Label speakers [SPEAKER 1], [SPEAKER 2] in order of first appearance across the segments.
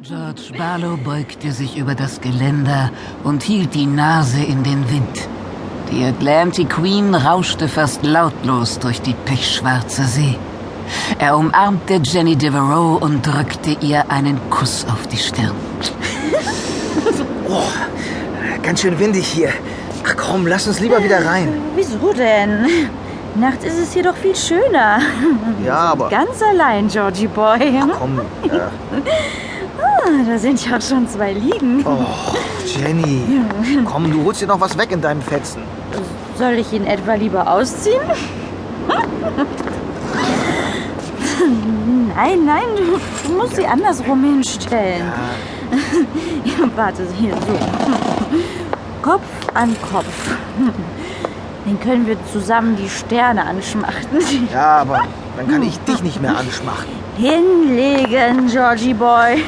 [SPEAKER 1] George Barlow beugte sich über das Geländer und hielt die Nase in den Wind. Die Atlantic Queen rauschte fast lautlos durch die pechschwarze See. Er umarmte Jenny Devereaux und drückte ihr einen Kuss auf die Stirn.
[SPEAKER 2] Oh, ganz schön windig hier. Ach komm, lass uns lieber wieder rein.
[SPEAKER 3] Wieso denn? Nachts ist es hier doch viel schöner.
[SPEAKER 2] Ja, aber.
[SPEAKER 3] Ganz allein, Georgie Boy.
[SPEAKER 2] Komm. Äh,
[SPEAKER 3] Ah, da sind ja schon zwei Liegen.
[SPEAKER 2] oh, Jenny. Komm, du holst dir noch was weg in deinem Fetzen.
[SPEAKER 3] Soll ich ihn etwa lieber ausziehen? nein, nein, du, du musst sie andersrum hinstellen. Warte, hier so. Kopf an Kopf. Dann können wir zusammen die Sterne anschmachten.
[SPEAKER 2] Ja, aber dann kann ich dich nicht mehr anschmachten.
[SPEAKER 3] Hinlegen, Georgie Boy.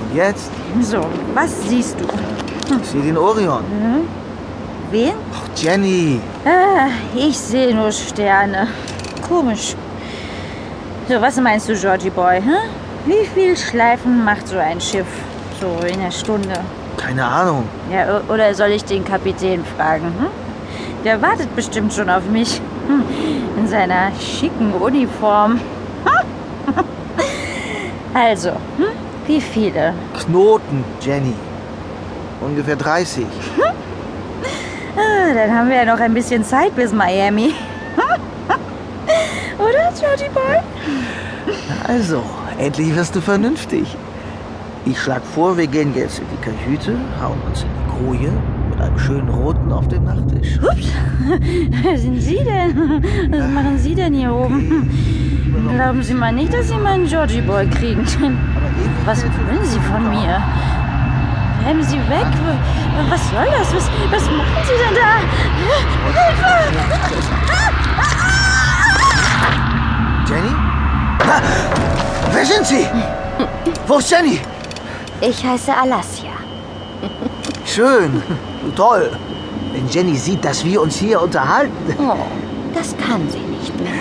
[SPEAKER 2] Und jetzt?
[SPEAKER 3] So, was siehst du?
[SPEAKER 2] Ich sehe den Orion.
[SPEAKER 3] Wen?
[SPEAKER 2] Oh, Jenny.
[SPEAKER 3] Ah, ich sehe nur Sterne. Komisch. So, was meinst du, Georgie Boy? Hä? Wie viel Schleifen macht so ein Schiff? So in der Stunde.
[SPEAKER 2] Keine Ahnung.
[SPEAKER 3] Ja, o- oder soll ich den Kapitän fragen? Hm? Der wartet bestimmt schon auf mich. Hm, In seiner schicken Uniform. Hm? Also, hm? wie viele?
[SPEAKER 2] Knoten, Jenny. Ungefähr 30.
[SPEAKER 3] Ah, Dann haben wir ja noch ein bisschen Zeit bis Miami. Oder, Georgie Boy?
[SPEAKER 2] Also, endlich wirst du vernünftig. Ich schlag vor, wir gehen jetzt in die Kajüte, hauen uns in die Koje mit einem schönen Roten auf dem Nachttisch.
[SPEAKER 3] Wer sind Sie denn? Was machen Sie denn hier oben? Glauben Sie mal nicht, dass Sie meinen Georgie Boy kriegen. Was wollen Sie von mir? Bleiben Sie weg. Was soll das? Was, was machen Sie denn da?
[SPEAKER 2] Jenny? Ha! Wer sind Sie? Wo ist Jenny?
[SPEAKER 4] Ich heiße Alassia.
[SPEAKER 2] Schön, toll. Wenn Jenny sieht, dass wir uns hier unterhalten.
[SPEAKER 4] Oh, das kann sie nicht mehr.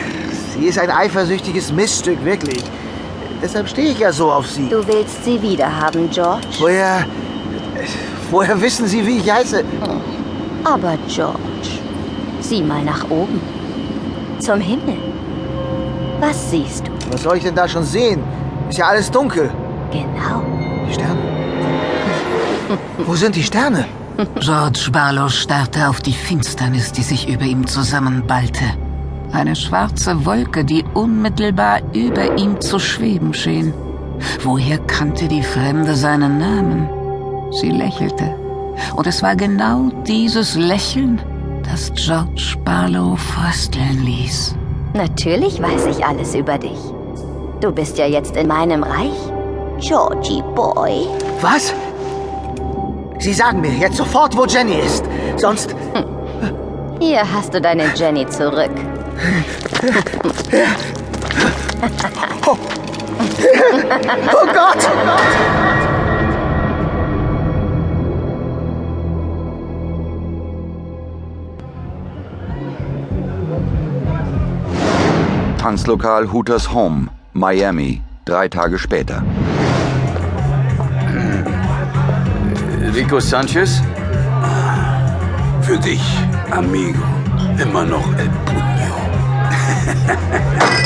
[SPEAKER 2] Sie ist ein eifersüchtiges Miststück, wirklich. Deshalb stehe ich ja so auf sie.
[SPEAKER 4] Du willst sie wiederhaben, George.
[SPEAKER 2] Woher, woher wissen Sie, wie ich heiße?
[SPEAKER 4] Aber George, sieh mal nach oben. Zum Himmel. Was siehst du?
[SPEAKER 2] Was soll ich denn da schon sehen? Ist ja alles dunkel.
[SPEAKER 4] Genau.
[SPEAKER 2] Die Sterne? Wo sind die Sterne?
[SPEAKER 1] George Barlow starrte auf die Finsternis, die sich über ihm zusammenballte. Eine schwarze Wolke, die unmittelbar über ihm zu schweben schien. Woher kannte die Fremde seinen Namen? Sie lächelte. Und es war genau dieses Lächeln, das George Barlow frösteln ließ.
[SPEAKER 4] Natürlich weiß ich alles über dich. Du bist ja jetzt in meinem Reich. Georgie Boy.
[SPEAKER 2] Was? Sie sagen mir jetzt sofort, wo Jenny ist. Sonst.
[SPEAKER 4] Hier hast du deine Jenny zurück.
[SPEAKER 2] Oh Gott!
[SPEAKER 5] Tanzlokal Hooters Home, Miami, drei Tage später.
[SPEAKER 6] Rico Sanchez?
[SPEAKER 7] Für dich, Amigo, immer noch El Puño.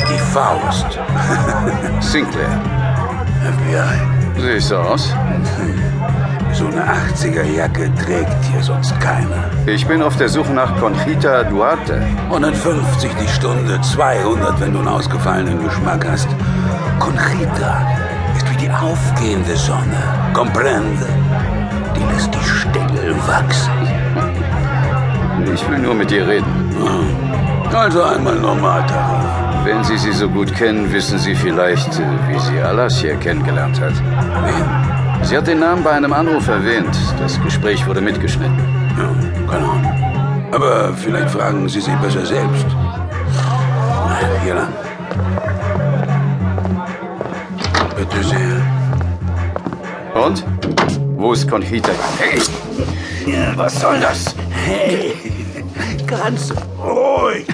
[SPEAKER 7] Die Faust.
[SPEAKER 6] Sinclair.
[SPEAKER 7] FBI.
[SPEAKER 6] Siehst du aus?
[SPEAKER 7] So eine 80er-Jacke trägt hier sonst keiner.
[SPEAKER 6] Ich bin auf der Suche nach Conchita Duarte.
[SPEAKER 7] 150 die Stunde, 200, wenn du einen ausgefallenen Geschmack hast. Conchita ist wie die aufgehende Sonne. Comprende. Die lässt die Stängel wachsen.
[SPEAKER 6] Ich will nur mit ihr reden.
[SPEAKER 7] Also einmal normal darauf.
[SPEAKER 6] Wenn Sie sie so gut kennen, wissen Sie vielleicht, äh, wie sie Alassia kennengelernt hat. Sie hat den Namen bei einem Anruf erwähnt. Das Gespräch wurde mitgeschnitten.
[SPEAKER 7] Ja, keine Ahnung. Aber vielleicht fragen Sie sich besser selbst. Na, Hier lang. Bitte sehr.
[SPEAKER 6] Und? Wo ist Conchita? Hey!
[SPEAKER 7] Was soll das? Hey, ganz ruhig.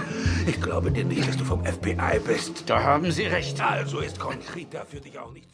[SPEAKER 7] Ich glaube, glaube dir nicht, dass du vom FBI bist.
[SPEAKER 6] Da haben Sie recht.
[SPEAKER 7] Also ist Conchita für dich auch nichts.